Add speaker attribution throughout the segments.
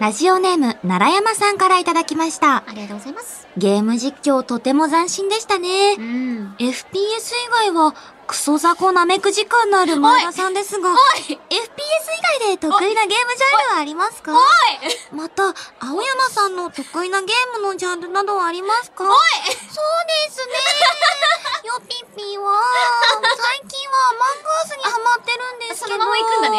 Speaker 1: ラジオネーム、奈良山さんからいただきました。
Speaker 2: ありがとうございます。
Speaker 1: ゲーム実況とても斬新でしたね。
Speaker 2: うん。
Speaker 1: FPS 以外は、クソ雑魚なめく時間のある前田さんですが、
Speaker 2: おい
Speaker 1: FPS
Speaker 2: おい
Speaker 1: 以外で得意なゲームジャンルはありますかまた、青山さんの得意なゲームのジャンルなどはありますかそうです ね。よぴっぴは、最近はマングースにハマってるんですけど。
Speaker 2: あそのまま行くんだ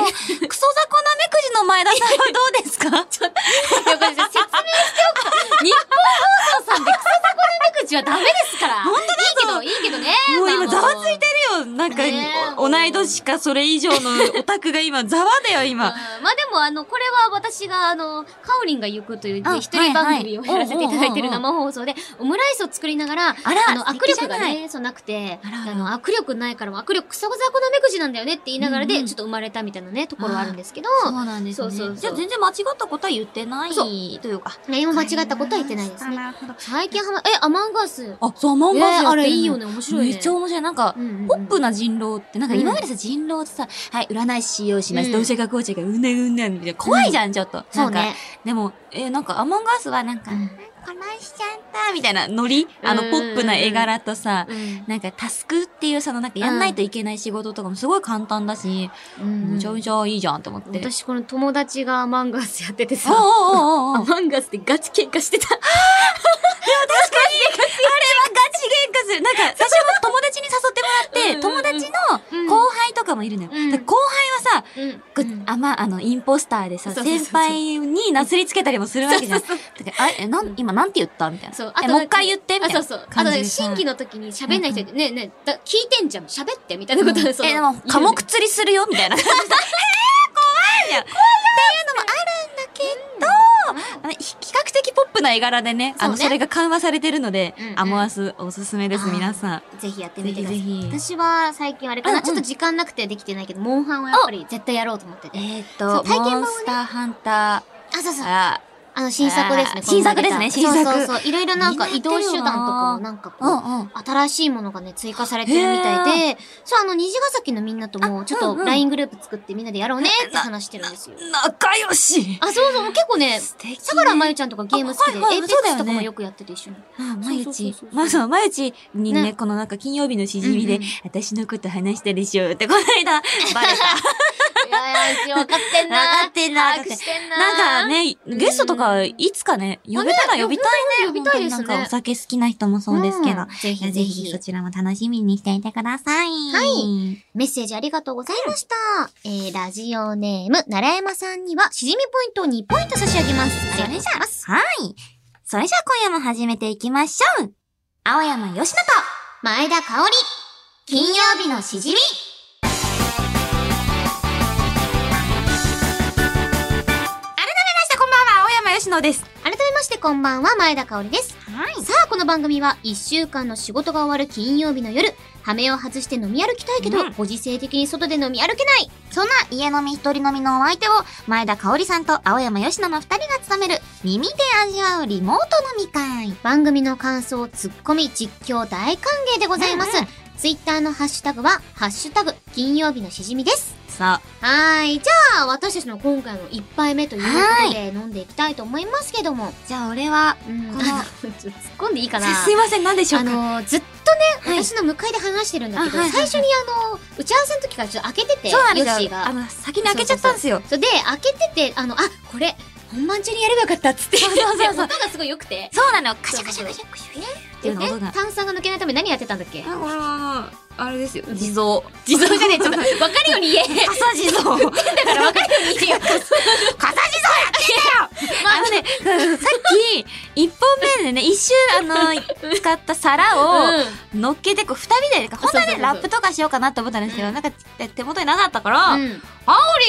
Speaker 2: ね。
Speaker 1: クソ雑魚なめくじの前田さんはどうですかちょっと、
Speaker 2: いやこれ説明しておく。日本放送さんでクソ雑魚なめ口はダメですから。
Speaker 1: 本当だぞ
Speaker 2: いいけど、いいけどね。
Speaker 1: もう今
Speaker 2: ま
Speaker 1: ざ
Speaker 2: あ
Speaker 1: わついてるよ。なんか、
Speaker 2: ねえ
Speaker 1: お同い年かそれ以上のオタクが今、ざわだよ、今。
Speaker 2: うんまあでも、あの、これは私が、あの、カオリンが行くという
Speaker 1: あ
Speaker 2: ね一人番組を
Speaker 1: はいは
Speaker 2: や
Speaker 1: い
Speaker 2: らせていただいて
Speaker 1: おうおうお
Speaker 2: る
Speaker 1: う
Speaker 2: 生放送で、オムライスを作りながら、
Speaker 1: あら
Speaker 2: の、
Speaker 1: 素
Speaker 2: 握
Speaker 1: 敵じゃ
Speaker 2: 力
Speaker 1: な
Speaker 2: が
Speaker 1: い
Speaker 2: ね、そうなくて、
Speaker 1: あらあら
Speaker 2: あの、握力ないから、握力クソ雑魚なめくじなんだよねって言いながら
Speaker 1: うん
Speaker 2: で、
Speaker 1: うん
Speaker 2: ちょっと生まれたみたいなね、ところはあるんですけど、
Speaker 1: うなんで
Speaker 2: そうそうそう
Speaker 1: じゃあ全然間違ったことは言ってない
Speaker 2: そ
Speaker 1: というか。
Speaker 2: 何も間違ったことは言ってないですね。
Speaker 1: なるほど
Speaker 2: 最近はま、え、アマンガス。
Speaker 1: あ、そう、アマンガス
Speaker 2: え
Speaker 1: や
Speaker 2: ー
Speaker 1: っ
Speaker 2: あ
Speaker 1: てる
Speaker 2: れいいよ
Speaker 1: ね。
Speaker 2: ね、面白いね。
Speaker 1: めっちゃ面白い。なんか
Speaker 2: う、んうんうん
Speaker 1: ポップな人狼って、なんか今までさ、人狼ってさ、はい、占い師をしま
Speaker 2: う
Speaker 1: す。
Speaker 2: ん
Speaker 1: どうせかこうせか、うんねんうんねん、みたいな。怖いじゃん、ちょっと。
Speaker 2: そ
Speaker 1: な
Speaker 2: うん
Speaker 1: か
Speaker 2: ね。
Speaker 1: でも、えーなんか、アモンガスはなんか、
Speaker 2: うん
Speaker 1: なんか占いしちゃった、みたいなノリあの、
Speaker 2: うん
Speaker 1: ポップな絵柄とさ、
Speaker 2: うん
Speaker 1: なんか、タスクっていう、その、なんか、やんないといけない仕事とかもすごい簡単だし、
Speaker 2: うん
Speaker 1: めちゃめちゃいいじゃんって思って。
Speaker 2: 私、この友達がアマンガスやってて
Speaker 1: ああ、あ
Speaker 2: さ、
Speaker 1: あ、ああ、
Speaker 2: ア
Speaker 1: ああ。
Speaker 2: マンガスでガチ喧嘩してた。
Speaker 1: ガチ喧嘩する。なんか、私も友達に誘ってもらって、友達
Speaker 2: うん
Speaker 1: の後輩とかもいるのよ。
Speaker 2: うん
Speaker 1: だから後輩はさ、
Speaker 2: うん
Speaker 1: こ
Speaker 2: うん
Speaker 1: あまあ、あの、インポスターでさ、
Speaker 2: そうそうそ
Speaker 1: 先
Speaker 2: うそう
Speaker 1: 輩になすりつけたりもするわけじゃん。だからあ、え、なん、今なんて言ったみたいな。
Speaker 2: そう
Speaker 1: えもう一回言ってみたいな
Speaker 2: あ、そうそう。あと
Speaker 1: 感じ
Speaker 2: ね、
Speaker 1: でさ
Speaker 2: 審議の時に喋んない人いて、ねえねえ、だ聞いてんじゃん、喋って、みたいなことその
Speaker 1: え、でも、科目釣りするよ、みたい な感じで。 えー、怖いよっていうのもあるんだけど、あのひ比較的ポップな絵柄でね、あの、
Speaker 2: そうね
Speaker 1: それが緩和されてるので
Speaker 2: うんう、ん
Speaker 1: アモアスおすすめです、
Speaker 2: あー
Speaker 1: 皆さん。
Speaker 2: ぜひやってみてくださ
Speaker 1: ぜひぜひ
Speaker 2: い。私は最近あれか
Speaker 1: うんう
Speaker 2: な、
Speaker 1: ん
Speaker 2: ちょっと時間なくてできてないけど、モンハンはやっぱり絶対やろうと思ってて。
Speaker 1: えっ
Speaker 2: そ
Speaker 1: と、
Speaker 2: う体験版を
Speaker 1: モン
Speaker 2: ね
Speaker 1: スターハンタ
Speaker 2: あ、そうそ
Speaker 1: ー
Speaker 2: う。
Speaker 1: から、
Speaker 2: あの、新作です
Speaker 1: あ
Speaker 2: ね。
Speaker 1: ー新作ですね
Speaker 2: この間
Speaker 1: 新作
Speaker 2: そうそうそう。いろいろなんか移動手段とかもなんかこう、
Speaker 1: んうん。
Speaker 2: 新しいものがね、追加されてるみたいで、そう、あの、虹ヶ崎のみんなとも、ちょっ
Speaker 1: うんう
Speaker 2: と
Speaker 1: ん
Speaker 2: LINE グループ作ってみんなでやろうねって話してるんですよ。
Speaker 1: 仲良し
Speaker 2: あ、そうそう、結構ね、
Speaker 1: 素敵ね
Speaker 2: 相良真由ちゃんとかゲーム好きで、
Speaker 1: あはいはい
Speaker 2: エイペッ
Speaker 1: そうだ
Speaker 2: ク
Speaker 1: よ
Speaker 2: ス
Speaker 1: ね
Speaker 2: とかもよくやってて一緒に。
Speaker 1: あ、まゆち
Speaker 2: そうそうそうそ、う
Speaker 1: まあそう、まゆちにね、
Speaker 2: ね
Speaker 1: このなんか金曜日のしじみで、
Speaker 2: うんうん
Speaker 1: 私のこと話したでしょって、この間、バレた。
Speaker 2: いやいや、一応分かってんな。
Speaker 1: 分かってんな
Speaker 2: 把握して んな。
Speaker 1: なんかね、
Speaker 2: うん
Speaker 1: ゲストとか、いつかね、呼べたら呼びたいね。
Speaker 2: ね呼びたいですね
Speaker 1: 本当になんかお酒好きな人もそうですけど。
Speaker 2: ん
Speaker 1: い
Speaker 2: ぜ
Speaker 1: や
Speaker 2: ひ
Speaker 1: ぜ
Speaker 2: ぜ
Speaker 1: ひ
Speaker 2: ひ
Speaker 1: そ。ちらも楽しみにしていてください。
Speaker 2: はメッセージありがとうございました。えー、ラジオネーム、奈良山さんには、しじみポイントを2ポイント差し上げます。
Speaker 1: それじゃ
Speaker 2: ありがとうございます。
Speaker 1: あ。はい。それじゃあ今夜も始めていきましょう。青山よしのと、
Speaker 2: 前田香織、金曜日のしじみ。
Speaker 1: 皆さんこんばんは、青山よしのです。
Speaker 2: 改めましてこんばんは、前田香織です。
Speaker 1: はい。
Speaker 2: さあ、この番組は、1週間の仕事が終わる金曜日の夜、羽目を外して飲み歩きたいけど、
Speaker 1: うん
Speaker 2: ご時世的に外で飲み歩けない。
Speaker 1: そんな家飲み一人飲みのお相手を前田香織さんと青山佳乃の二人が務める耳で味わうリモート飲み会。
Speaker 2: 番組の感想、ツッコミ、実況大歓迎でございます。
Speaker 1: うんうん
Speaker 2: ツイッターのハッシュタグは、ハッシュタグ、金曜日のしじみです。
Speaker 1: さ
Speaker 2: はーい。じゃあ、私たちの今回の一杯目ということで飲んでいきたいと思いますけども。
Speaker 1: あ、じゃあ俺は、
Speaker 2: うん。
Speaker 1: この
Speaker 2: ちょっと突っ込んでいいかな。
Speaker 1: すいません、何でしょ
Speaker 2: あ
Speaker 1: う
Speaker 2: の
Speaker 1: か
Speaker 2: ーずっと
Speaker 1: は
Speaker 2: ね、
Speaker 1: い
Speaker 2: 私の向かいで話してるんだけど、
Speaker 1: あはいはいは
Speaker 2: 最
Speaker 1: い
Speaker 2: 初にあのー打ち合わせの時からちょっと開けてて、
Speaker 1: そうなん
Speaker 2: ヨッ
Speaker 1: で
Speaker 2: シー
Speaker 1: すよ。あ
Speaker 2: が。
Speaker 1: の、先に開けちゃったんですよ。
Speaker 2: それで、開けてて、あの、あ、これ、本番中にやればよかったっつって。
Speaker 1: そうそうそうそう
Speaker 2: で音がすごい良くて。
Speaker 1: そうなのよ。カシ
Speaker 2: カシ
Speaker 1: ャ
Speaker 2: ャ
Speaker 1: カ
Speaker 2: カ
Speaker 1: シ
Speaker 2: シ
Speaker 1: ャ
Speaker 2: ャ
Speaker 1: カ
Speaker 2: カ
Speaker 1: シ
Speaker 2: シ
Speaker 1: ャカシャ。ってい
Speaker 2: で
Speaker 1: う
Speaker 2: ね
Speaker 1: の音が。
Speaker 2: 炭酸が抜けないために何やってたんだっけ
Speaker 1: これは、あれですよ。
Speaker 2: 地
Speaker 1: 地蔵。
Speaker 2: 地蔵じゃねえ、ちょっと、 わかるように言え。
Speaker 1: 傘地 蔵。傘地蔵やって
Speaker 2: だからわかるように言えよ。
Speaker 1: んだよあ のね、さっき、一本目でね、一周、あの、使った皿を、
Speaker 2: うん
Speaker 1: 乗っけてこう二人で本当は
Speaker 2: そうそうそう
Speaker 1: ね
Speaker 2: そう
Speaker 1: ラップとかしようかなって思ったんですけど、
Speaker 2: うん
Speaker 1: なんか手元になかったから、
Speaker 2: う
Speaker 1: あ
Speaker 2: ん
Speaker 1: お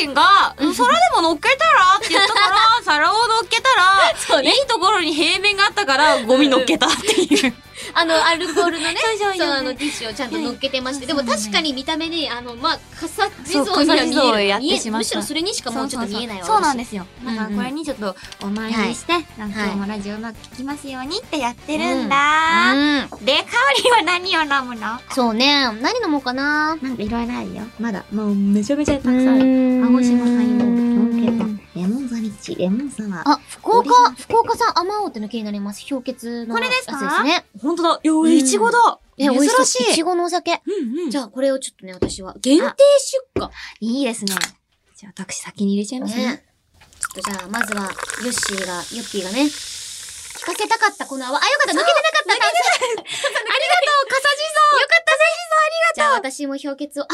Speaker 1: りんが「
Speaker 2: う
Speaker 1: 皿
Speaker 2: ん
Speaker 1: でも乗っけたら?」って言ったから 皿を乗っけたら
Speaker 2: そうね。
Speaker 1: いいところに平面があったからゴミ乗っけたって いう。。
Speaker 2: あの、アルコールのね
Speaker 1: そうそう
Speaker 2: そう、
Speaker 1: そう
Speaker 2: あの、ティッシュをちゃんと乗っけてまして。で
Speaker 1: はい
Speaker 2: も確かに見た目ね、あの、まあ、傘地
Speaker 1: そう
Speaker 2: 蔵には見える。
Speaker 1: 傘地蔵やって
Speaker 2: 見え
Speaker 1: しまった
Speaker 2: むしろそれにしかもうちょっと見えないわ。
Speaker 1: そうそうそうそうなん
Speaker 2: で
Speaker 1: ですよ。
Speaker 2: うんうん
Speaker 1: だからこれにちょっとお参りして、なんか
Speaker 2: はい
Speaker 1: 今日もラジオうまく聞きますようにってやってるんだ。
Speaker 2: うん。
Speaker 1: で、かおりんは何を飲むのな
Speaker 2: そうね。何飲もうかな。
Speaker 1: んかいろいろあるよ。まだ。もうめちゃめちゃた
Speaker 2: うーん
Speaker 1: 鹿児島海洋のケータレモンザリッち、レモンさんは。
Speaker 2: あ、福
Speaker 1: オリジナ
Speaker 2: 岡
Speaker 1: ル、
Speaker 2: 福岡産あまおうっての気になります。氷結の
Speaker 1: これですか
Speaker 2: やつですね。
Speaker 3: ほんとだ。いや、
Speaker 2: ん
Speaker 3: いちごだ。
Speaker 2: え、
Speaker 3: 珍
Speaker 2: 美味しそう。い
Speaker 3: し
Speaker 2: ち
Speaker 3: い。
Speaker 2: ごのお酒。
Speaker 3: うんうん。
Speaker 2: じ
Speaker 3: じゃ
Speaker 2: ゃあ、これをちょっとね、私は、限定出荷。
Speaker 1: いいですね。じゃあ私先に入れちゃいますね。
Speaker 2: ね。ちょっとじゃあ、まずは、ヨッシーが、ヨッピーがね、聞かせたかったこの泡。あ、よかった、抜けてなかった。ありがとう、かさじぞよかった、かさじぞありがとう。じゃあ、私も氷結を、あ、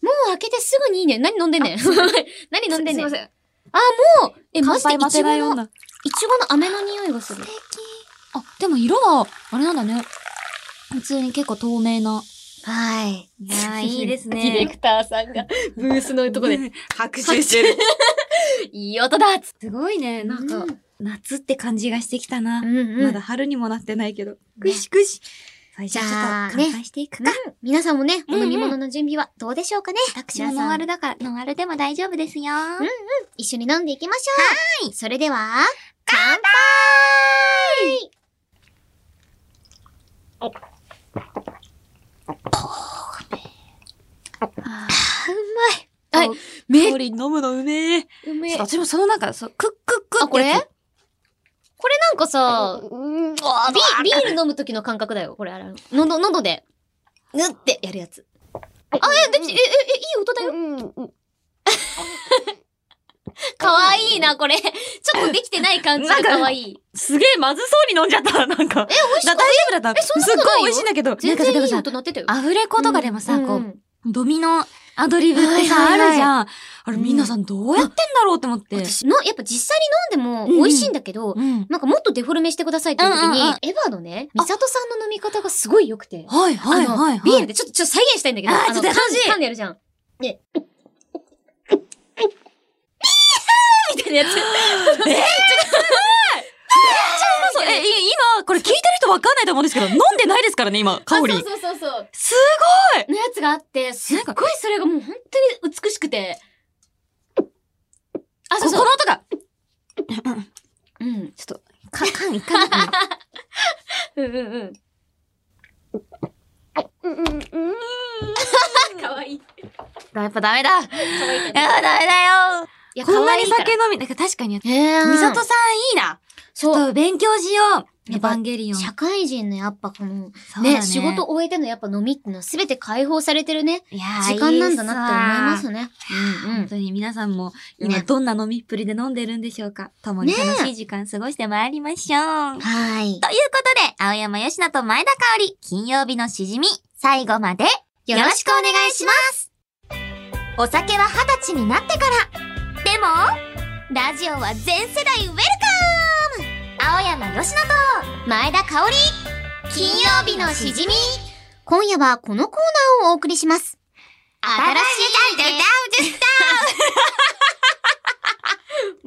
Speaker 2: もう開けてすぐにいいね。何飲んでんねん。 何飲んでんねん。
Speaker 3: すいません。
Speaker 2: え、マジで、い
Speaker 3: 待
Speaker 2: ち
Speaker 3: て
Speaker 2: ご
Speaker 3: ない
Speaker 2: の、
Speaker 3: 女。
Speaker 2: いちごの飴の匂いがする。
Speaker 3: あ、でも色は、あれなんだね。普通に結構透明な。
Speaker 2: はい。
Speaker 1: いやーいいですね
Speaker 2: ディレクターさんが、ブースのとこで、。
Speaker 3: 拍手してる。
Speaker 2: いい音だっつって
Speaker 3: すごいね。なんか、夏って感じがしてきたな。
Speaker 2: ん
Speaker 3: まだ春にもなってないけど。くしくし。最初ちょっと乾杯していくか。
Speaker 2: 皆さんもね、お
Speaker 3: うんうん
Speaker 2: 飲み物の準備はどうでしょうかね。
Speaker 1: 私もノンアルだから、ノンアルでも大丈夫ですよ。
Speaker 2: 一緒に飲んでいきましょう。はい。それでは、
Speaker 1: 乾
Speaker 2: 杯
Speaker 3: あ
Speaker 2: あ、うまい。
Speaker 3: ー香り飲むのうめえ。
Speaker 2: うめ
Speaker 3: そう私もそのなんか、そう、クックック
Speaker 2: あ、
Speaker 3: って
Speaker 2: これ
Speaker 3: やつ
Speaker 2: これなんかさ、ビビール飲む時の感覚だよ。これ、あの、喉、喉で、ぬってやるやつ。あ、え、でえ、え、え、いい音だよ。かわいいな、これ。ちょっとできてない感じがかわいい。
Speaker 3: すげえまずそうに飲んじゃった。なんか。え、大
Speaker 2: 美味しくない
Speaker 3: 丈夫だった。
Speaker 2: えそんなこ
Speaker 3: すっ
Speaker 2: と
Speaker 3: ご
Speaker 2: ない
Speaker 3: い
Speaker 2: よ
Speaker 3: 美味しいんだけど。なん
Speaker 2: 全
Speaker 3: かさで
Speaker 2: 然
Speaker 3: も
Speaker 2: いい
Speaker 3: さ、
Speaker 2: 音鳴ってたよ。
Speaker 3: アフレコとかでもさ、
Speaker 2: ん
Speaker 3: こ
Speaker 2: ん
Speaker 3: う、ドミノアドリブってさ、
Speaker 2: は
Speaker 3: あ
Speaker 2: いはいはい
Speaker 3: るじゃん。あれみんなさんどうやってんだろうって思って。
Speaker 2: 私の、やっぱ実際に飲んでも美味しいんだけど、
Speaker 3: うん。
Speaker 2: なんかもっとデフォルメしてくださいっていう時に、
Speaker 3: うんうんうん
Speaker 2: エヴァのね、ミサトさんの飲み方がすごい良くて。
Speaker 3: はいはい
Speaker 2: あの
Speaker 3: はいはい。
Speaker 2: ビールでちょっと、ちょっと再現したいんだけど、
Speaker 3: あー
Speaker 2: の
Speaker 3: ちょっとやってほしい
Speaker 2: 噛んで噛んでやるじゃん。 で、みたいなや つ。
Speaker 3: そうそうえ、い今、これ聞いてる人わかんないと思うんですけど、飲んでないですからね、今、香り
Speaker 2: あ。そうそうそうそう。
Speaker 3: す
Speaker 2: のやつがあって、すっごいそれがもう本当に美しくて。あ、
Speaker 3: ごい
Speaker 2: そ
Speaker 3: ここ
Speaker 2: うそう。
Speaker 3: の音が、
Speaker 2: うん。
Speaker 3: ちょっと、か、かん、いかん。
Speaker 2: うんうんうん。かわいい。
Speaker 3: やっぱダメだ。やっ
Speaker 2: かわい
Speaker 3: ぱダメ
Speaker 2: い。
Speaker 3: だよ。
Speaker 2: いや、
Speaker 3: こんなに
Speaker 2: 可愛い
Speaker 3: 酒
Speaker 2: から
Speaker 3: 飲み、なんか確かに、
Speaker 2: えー
Speaker 3: みさとさんいいな。ちょっと勉強しよう。エヴ
Speaker 2: やっぱ
Speaker 3: ァンゲリオン。
Speaker 2: 社会人のやっぱこの、
Speaker 3: そうだ
Speaker 2: ね、仕事。終えてのやっぱ飲みってのは全て解放されてるね、
Speaker 3: いやー
Speaker 2: 時間なんだなって
Speaker 3: いいさ
Speaker 2: 思いますね。うんう
Speaker 3: 本
Speaker 2: ん。
Speaker 3: 当に皆さんも今
Speaker 2: ね
Speaker 3: どんな飲みっぷりで飲んでるんでしょうか。共に楽しい時間過ごしてまいりましょう。
Speaker 2: はい。
Speaker 1: ということで、青山よしと前田香織、金曜日のしじみ、最後までよろしくお願いします。お酒は二十歳になってから。でも、ラジオは全世代ウェルカム青山よしと前田香織、金曜日のしじみ、
Speaker 2: 今夜はこのコーナーをお送りします。
Speaker 1: 新しい
Speaker 2: 新し
Speaker 1: 時
Speaker 2: い
Speaker 1: 代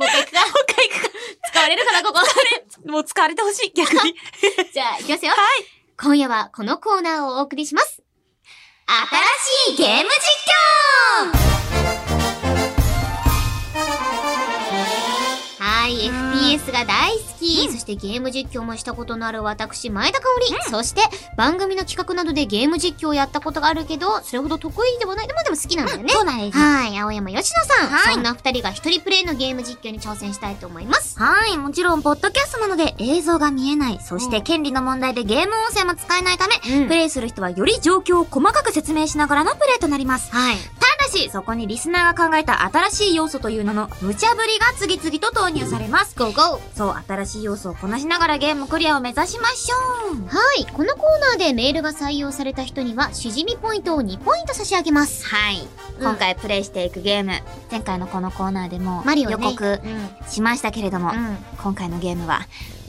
Speaker 2: もう一回行くか。もう一回 行くか。使われるかな、ここ。
Speaker 3: もう疲れてほしい、逆 に。
Speaker 2: じゃあ、行きますよ。はい。今夜はこのコーナーをお送りします。
Speaker 1: 新しいゲーム実
Speaker 2: はい、FPS が大好き、そしてゲーム実況もしたことのある私、前田香織、そして、番組の企画などでゲーム実況をやったことがあるけど、それほど得意ではない。でもでも好きなんだよね。
Speaker 1: 況そうなんで
Speaker 2: はい、青山吉野さん、
Speaker 1: はい
Speaker 2: そんな二人が一人プレイのゲーム実況に挑戦したいと思います。
Speaker 1: はい、もちろん、ポッドキャストなので映像が見えない。そして、権利の問題でゲーム音声も使えないため、
Speaker 2: うん
Speaker 1: プレイする人はより状況を細かく説明しながらのプレイとなります。
Speaker 2: はい。
Speaker 1: ただし、そこにリスナーが考えた新しい要素という名の無茶ぶりが次々と投入されます。
Speaker 2: ゴーゴー
Speaker 1: そう、新しい要素をこなしながらゲームクリアを目指しましょう。
Speaker 2: はい。このコーナーでメールが採用された人には、しじみポイントを2ポイント差し上げます。
Speaker 1: はい。今回プレイしていくゲーム、前回のこのコーナーでも
Speaker 2: マリオね
Speaker 1: 予告
Speaker 2: うん。
Speaker 1: しましたけれども、今回のゲームは、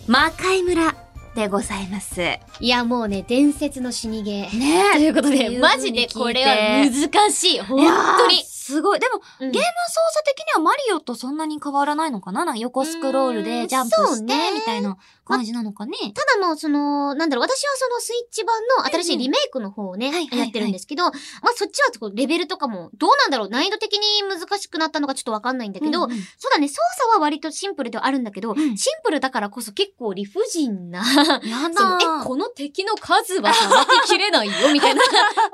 Speaker 1: 魔界村でございます。ね
Speaker 2: いや、もうね、伝説の死にゲ
Speaker 1: え
Speaker 2: ー。ということ
Speaker 1: って
Speaker 2: で、
Speaker 1: いう
Speaker 2: マジでこれは難しい。本
Speaker 1: いやー
Speaker 2: 当に。
Speaker 1: すごい。でも、
Speaker 2: うん
Speaker 1: ゲーム操作的にはマリオとそんなに変わらないのかななんか横スクロール
Speaker 2: うー
Speaker 1: で
Speaker 2: ん
Speaker 1: ジャンプ
Speaker 2: そ
Speaker 1: し
Speaker 2: う
Speaker 1: て、
Speaker 2: ね
Speaker 1: みたいな感じなのかね。
Speaker 2: ただもう、その、なんだろう、私はそのスイッチ版の新しいリメイクの方をね、
Speaker 1: はいはいはい
Speaker 2: やってるんですけど、まあそっちはこうレベルとかも、どうなんだろう、難易度的に難しくなったのかちょっとわかんないんだけど、
Speaker 1: うんうん
Speaker 2: そうだね、操作は割とシンプルではあるんだけど、
Speaker 1: うん
Speaker 2: シンプルだからこそ結構理不尽な、
Speaker 1: や
Speaker 2: その
Speaker 1: だ
Speaker 2: え、この敵の数 はさばききれないよ、みたいな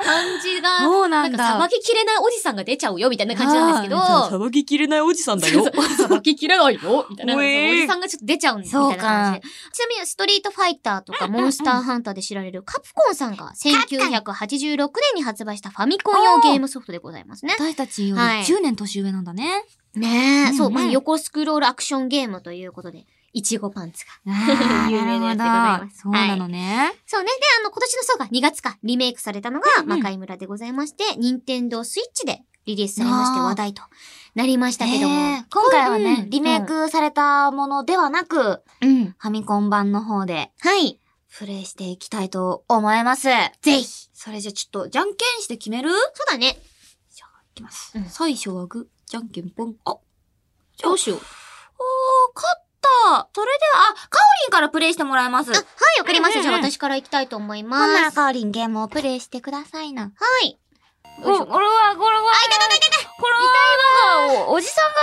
Speaker 2: 感じが、
Speaker 3: そうな
Speaker 2: なん
Speaker 3: ん
Speaker 2: かさば
Speaker 3: だ。
Speaker 2: ききれないおじさんが出ちゃうよ、よ、みたいな感じなんですけ
Speaker 3: さ
Speaker 2: ど、
Speaker 3: ばききれないおじさんだよ。
Speaker 2: さばききれないよ、みたい な。
Speaker 3: う
Speaker 2: お
Speaker 3: えー
Speaker 2: じさんがちょっと出ちゃうんみたいな感じで。ちなみに、ストリートファイターとかモンスターハンターで知られるカプコンさんが1986年に発売したファミコン用ゲームソフトでございますね。
Speaker 1: 私たちより
Speaker 2: はい
Speaker 1: 10年年上なんだ ね。
Speaker 2: ねえ、
Speaker 1: うん
Speaker 2: そう、まあ、
Speaker 1: うん
Speaker 2: 横スクロールアクションゲームということで、いちごパンツが。
Speaker 1: あー
Speaker 2: 有名なやつでございます
Speaker 1: なるほどそうなのね。
Speaker 2: そうね。で、あの、今年のそうか、2月か、リメイクされたのが、
Speaker 1: うん
Speaker 2: 魔界村でございまして、任天堂スイッチでリリースされまして
Speaker 1: あー
Speaker 2: 話題となりましたけども。
Speaker 1: ねえ今回は
Speaker 2: う
Speaker 1: ね
Speaker 2: ん、
Speaker 1: リメイクされたものではなく、
Speaker 2: うん。
Speaker 1: ファミコン版の方で
Speaker 2: はい。
Speaker 1: プレイしていきたいと思います。
Speaker 2: ぜひ。そ
Speaker 1: それじゃちょっと、じゃんけんして決める
Speaker 2: うだね。
Speaker 1: いきます
Speaker 2: うん
Speaker 1: 最初はグー、じゃんけんぽん。あ、おー、
Speaker 2: どうしよう。
Speaker 1: 勝った。それでは、あ、カオリンからプレイしてもらいます。
Speaker 2: あ、はい、わかりまし
Speaker 3: う
Speaker 2: た。
Speaker 3: ん
Speaker 2: じゃあ私から行きたいと思います。
Speaker 1: ほんなら
Speaker 2: は
Speaker 1: カオリンゲームをプレイしてくださいな。
Speaker 2: い。
Speaker 3: お、これは、これは、これ
Speaker 1: あおおじさんが、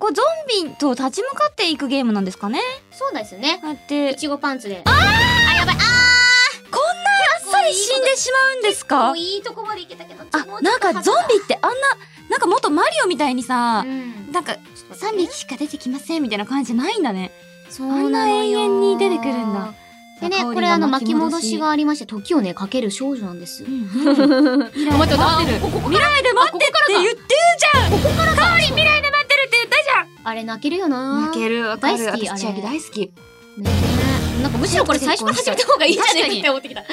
Speaker 1: こう、ゾンビと立ち向かっていくゲームなんですかね
Speaker 2: そうなんですよね。
Speaker 1: だっ
Speaker 2: い
Speaker 1: て、
Speaker 2: ちごパンツで。ああやばい。あ
Speaker 1: あっさり死んでしまうんです
Speaker 2: あも
Speaker 1: か
Speaker 2: ういいとこまで行けたけど。
Speaker 1: あ、なんかゾンビってあんな、なんかもっとマリオみたいにさ、
Speaker 2: ビうん。
Speaker 1: なんか3匹しか出てきませんみたいな感じじゃないんだね。
Speaker 2: そうなのよ
Speaker 1: あんな永遠に出てくるんだ。
Speaker 2: で
Speaker 1: 香
Speaker 2: ね、
Speaker 1: りが
Speaker 2: これあの巻き戻しがありまして、時をね、かける少女なんです。
Speaker 1: うんうん。 未来で待ってる。未来で待ってって言ってるじゃんここからかおり未来で待ってるって言ったじゃん
Speaker 2: あれ泣けるよな
Speaker 1: 泣ける、わかる。
Speaker 2: 大好き
Speaker 1: 私
Speaker 2: あれ
Speaker 1: 千秋大好き。
Speaker 2: ねえなんかむしろこれ最初から始めた方がいいんじゃないって思って きた。も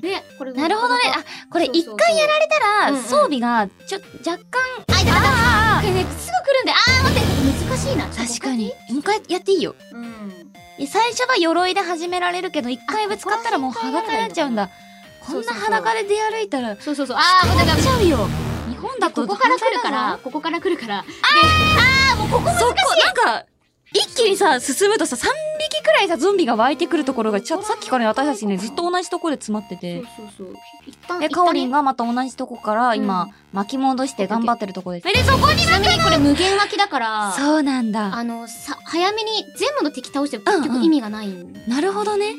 Speaker 2: う、ね、これ。
Speaker 1: なるほどね。
Speaker 2: あ、
Speaker 1: あ、これ一回やられたら、
Speaker 2: そうそうそう
Speaker 1: 装備がちょ若干、
Speaker 2: あ、いたあね、すぐ来るんで、あー待って、難しいな。ちょっと
Speaker 1: 確かに。。もう一回やっていいよ。
Speaker 2: うん。
Speaker 1: いや最初は鎧で始められるけど、一回ぶつかったらもう
Speaker 2: あここ
Speaker 1: 裸
Speaker 2: は
Speaker 1: になっちゃうんだ。こ
Speaker 2: そうんそ
Speaker 1: な
Speaker 2: うそう
Speaker 1: 裸で出歩いたら、
Speaker 2: そうそうそう。あーもうだから、
Speaker 1: ちゃうよ。日本だと
Speaker 2: ここから来るから、ここから来るから。
Speaker 1: そこなんか一気にさ進むとさ3匹くらいさゾンビが湧いてくるところがちょっとさっきからね私たちねずっと同じところで詰まってて
Speaker 2: そうそうそう。一旦
Speaker 1: でかおりん。がまた同じとこから
Speaker 2: う
Speaker 1: 今
Speaker 2: ん
Speaker 1: 巻き戻して頑張ってるところです
Speaker 2: 一旦ねで、そこにちなみにこれ無限脇だから、
Speaker 1: そうなんだ
Speaker 2: あの、さ、早めに全部の敵倒しても結局意味がないんだよ。
Speaker 1: なるほどね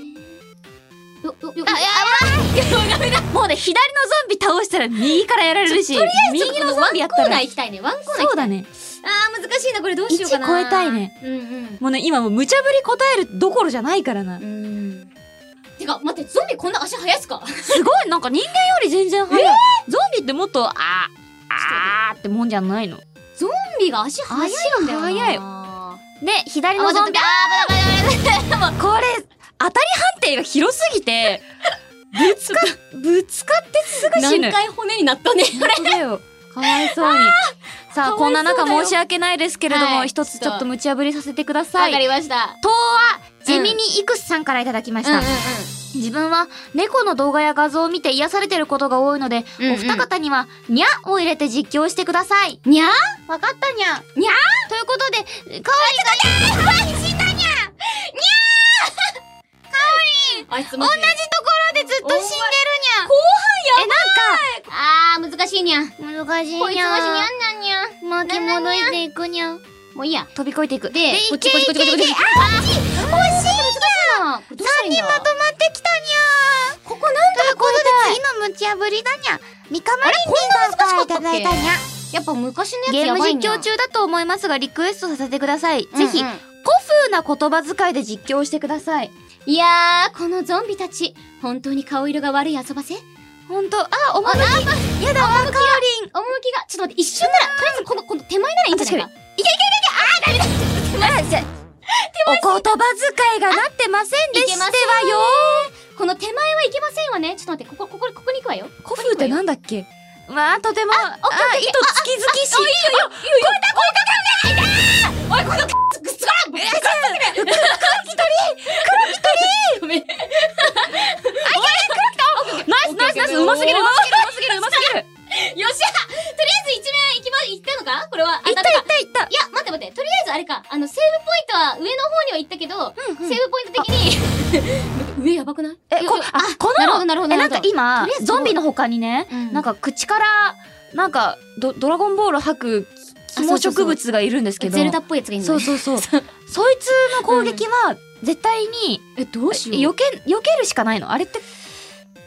Speaker 2: よ、よ、よ、
Speaker 1: あ もうね左のゾンビ倒したら右からやられるし右
Speaker 2: 右
Speaker 1: の
Speaker 2: の
Speaker 1: ゾ
Speaker 2: ワ
Speaker 1: ン
Speaker 2: ン
Speaker 1: ビ
Speaker 2: コ
Speaker 1: や
Speaker 2: ー
Speaker 1: った
Speaker 2: ナ
Speaker 1: ら
Speaker 2: ー行きたいね。ワンコーナー行きたい
Speaker 1: そうだね
Speaker 2: あー難しいなこれどうしようかな
Speaker 1: 一超えたいね
Speaker 2: うん
Speaker 1: もうね今もう無茶ぶり答えるどころじゃないからな
Speaker 2: うんうんてか待ってゾンビこんな足速すか
Speaker 1: すごいなんか人間より全然速いゾンビってもっとあーあーってもんじゃないの
Speaker 2: ゾンビが足速いんだよな
Speaker 1: 足が速い
Speaker 2: あ
Speaker 1: で左
Speaker 2: ー
Speaker 1: の
Speaker 2: ゾ
Speaker 1: ゾ
Speaker 2: ン
Speaker 1: ン
Speaker 2: ビ
Speaker 1: ビ
Speaker 2: あー危ない危ない危ない
Speaker 1: これ、当たり判定が広すぎて、 ぶつか、ぶつかってすぐ死ぬ。
Speaker 2: 何回骨になったね
Speaker 1: 本当だよ。かわいそうに。さ
Speaker 2: かわいそうだ
Speaker 1: あ、
Speaker 2: よ
Speaker 1: こんな中申し訳ないですけれども、
Speaker 2: はい
Speaker 1: 一つちょっと無茶ぶりさせてくださ
Speaker 2: わ
Speaker 1: い。
Speaker 2: か
Speaker 1: 東
Speaker 2: りました
Speaker 1: は、
Speaker 2: うん
Speaker 1: ゼミニイクスさんからいただきまし
Speaker 2: うんうん
Speaker 1: た
Speaker 2: うん。
Speaker 1: 自分は、猫の動画や画像を見て癒されてることが多いので、
Speaker 2: うんうん
Speaker 1: お二方には、にゃを入れて実況してください。
Speaker 2: にゃー
Speaker 1: わかったにゃ。
Speaker 2: にゃ
Speaker 1: ということで、か
Speaker 2: あいつ
Speaker 1: 同じとこ
Speaker 2: 同じとこ
Speaker 1: ろでずっと死んでるにゃ。
Speaker 2: あー難しいに
Speaker 1: え、
Speaker 2: ゃ
Speaker 1: なんか、難しいにゃ。
Speaker 2: こいつマジにゃんなんにゃ
Speaker 1: 巻き戻していくにゃん
Speaker 2: もういいや
Speaker 1: 飛び越えていくで
Speaker 2: で
Speaker 1: こっちこっちこっちこっちこっち
Speaker 2: あー3人
Speaker 1: ま
Speaker 2: まと
Speaker 1: ってきたにゃーここなんだということで次の無茶ぶりだにゃ三河マリンさんからいただいたにゃ
Speaker 2: やっぱ昔のやつ
Speaker 1: ゲー
Speaker 2: や
Speaker 1: ム
Speaker 2: ばい
Speaker 1: 実
Speaker 2: にゃ
Speaker 1: 況中だと思いますがリクエストさせてください、ぜひ
Speaker 2: うん
Speaker 1: 古
Speaker 2: うん
Speaker 1: 風な言葉遣いで実況してください
Speaker 2: いやーこのゾンビたち本当に顔色が悪い遊ばせ
Speaker 1: ほんとあおまきやだわかおりん
Speaker 2: 趣が、ちょっと待って、一瞬なら、とりあえずこの、この手前ならいいんじゃないか。
Speaker 1: 確お言葉遣いがなってませんで
Speaker 2: い
Speaker 1: し
Speaker 2: け
Speaker 1: た
Speaker 2: ま
Speaker 1: わ
Speaker 2: せん
Speaker 1: よ
Speaker 2: ねこの手前はいけませんわね。ちょっと待って、ここ、ここ、ここに行くわよ。
Speaker 1: 古風ってなんだっけまあとてもあ糸つきづきし
Speaker 2: おい、この、くっつらんえ黒木鳥黒木鳥ごめん。
Speaker 1: ナイスナイスナイスうますぎるうますぎるうますぎるうますぎる
Speaker 2: よっしゃとりあえず一面行きま、行ったのかこれ
Speaker 1: い
Speaker 2: は。あ
Speaker 1: った
Speaker 2: ないんか
Speaker 1: ったいった
Speaker 2: いや、待って待って。とりあえずあれか。あの、セーブポイントは上の方には行ったけど、
Speaker 1: うんうん
Speaker 2: セーブポイント的に、待って上やばくない
Speaker 1: え、こ、あ、こ
Speaker 2: なるほ
Speaker 1: の、
Speaker 2: ど、なるほど。
Speaker 1: え、なんか今
Speaker 2: とりあえ、ず
Speaker 1: ゾンビの他にね、
Speaker 2: うん
Speaker 1: なんか口から、なんか、ド、ドラゴンボール吐く、
Speaker 2: あ
Speaker 1: キモ植物がいるんですけど。
Speaker 2: ゼルダっぽいやつがいいんだ
Speaker 1: そ
Speaker 2: ね
Speaker 1: うそう そう。そいつの攻撃は、絶対に、
Speaker 2: え、どうしよう。
Speaker 1: 避け、避けるしかないのあれって、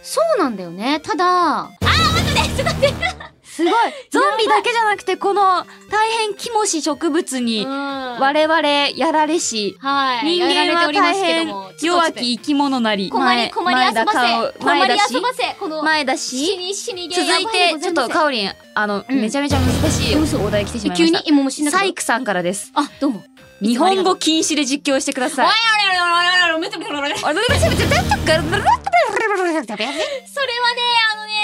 Speaker 2: そうなんだよね。ただ、あー、待ってね、ちょっと待って。
Speaker 1: すごい。 ゾンビだけじゃなくて、この大変キモし植物に、
Speaker 2: 我
Speaker 1: 我々やられし、
Speaker 2: はい。
Speaker 1: 人
Speaker 2: やられ
Speaker 1: 間
Speaker 2: てお
Speaker 1: は
Speaker 2: りま
Speaker 1: 大
Speaker 2: すけど
Speaker 1: 変
Speaker 2: もちょっと
Speaker 1: 弱
Speaker 2: ちょっと
Speaker 1: き生き物なり。
Speaker 2: 困り、
Speaker 1: 前
Speaker 2: 困り遊ばせ。困
Speaker 1: 前
Speaker 2: り
Speaker 1: 田
Speaker 2: 遊
Speaker 1: 薫
Speaker 2: ばせ。この、
Speaker 1: 前田
Speaker 2: 死
Speaker 1: し。
Speaker 2: に死にゲ
Speaker 1: 続いて、ちょっとかおりん、あの、
Speaker 2: うん
Speaker 1: めちゃめちゃ難しいお題来てしまいま
Speaker 2: 急
Speaker 1: し
Speaker 2: に
Speaker 1: た、。
Speaker 2: えもう死んだけど
Speaker 1: サイクさんからです。
Speaker 2: あ、どうも。
Speaker 1: 日本語禁止で実況してください。それはね、
Speaker 2: それはね、あのね、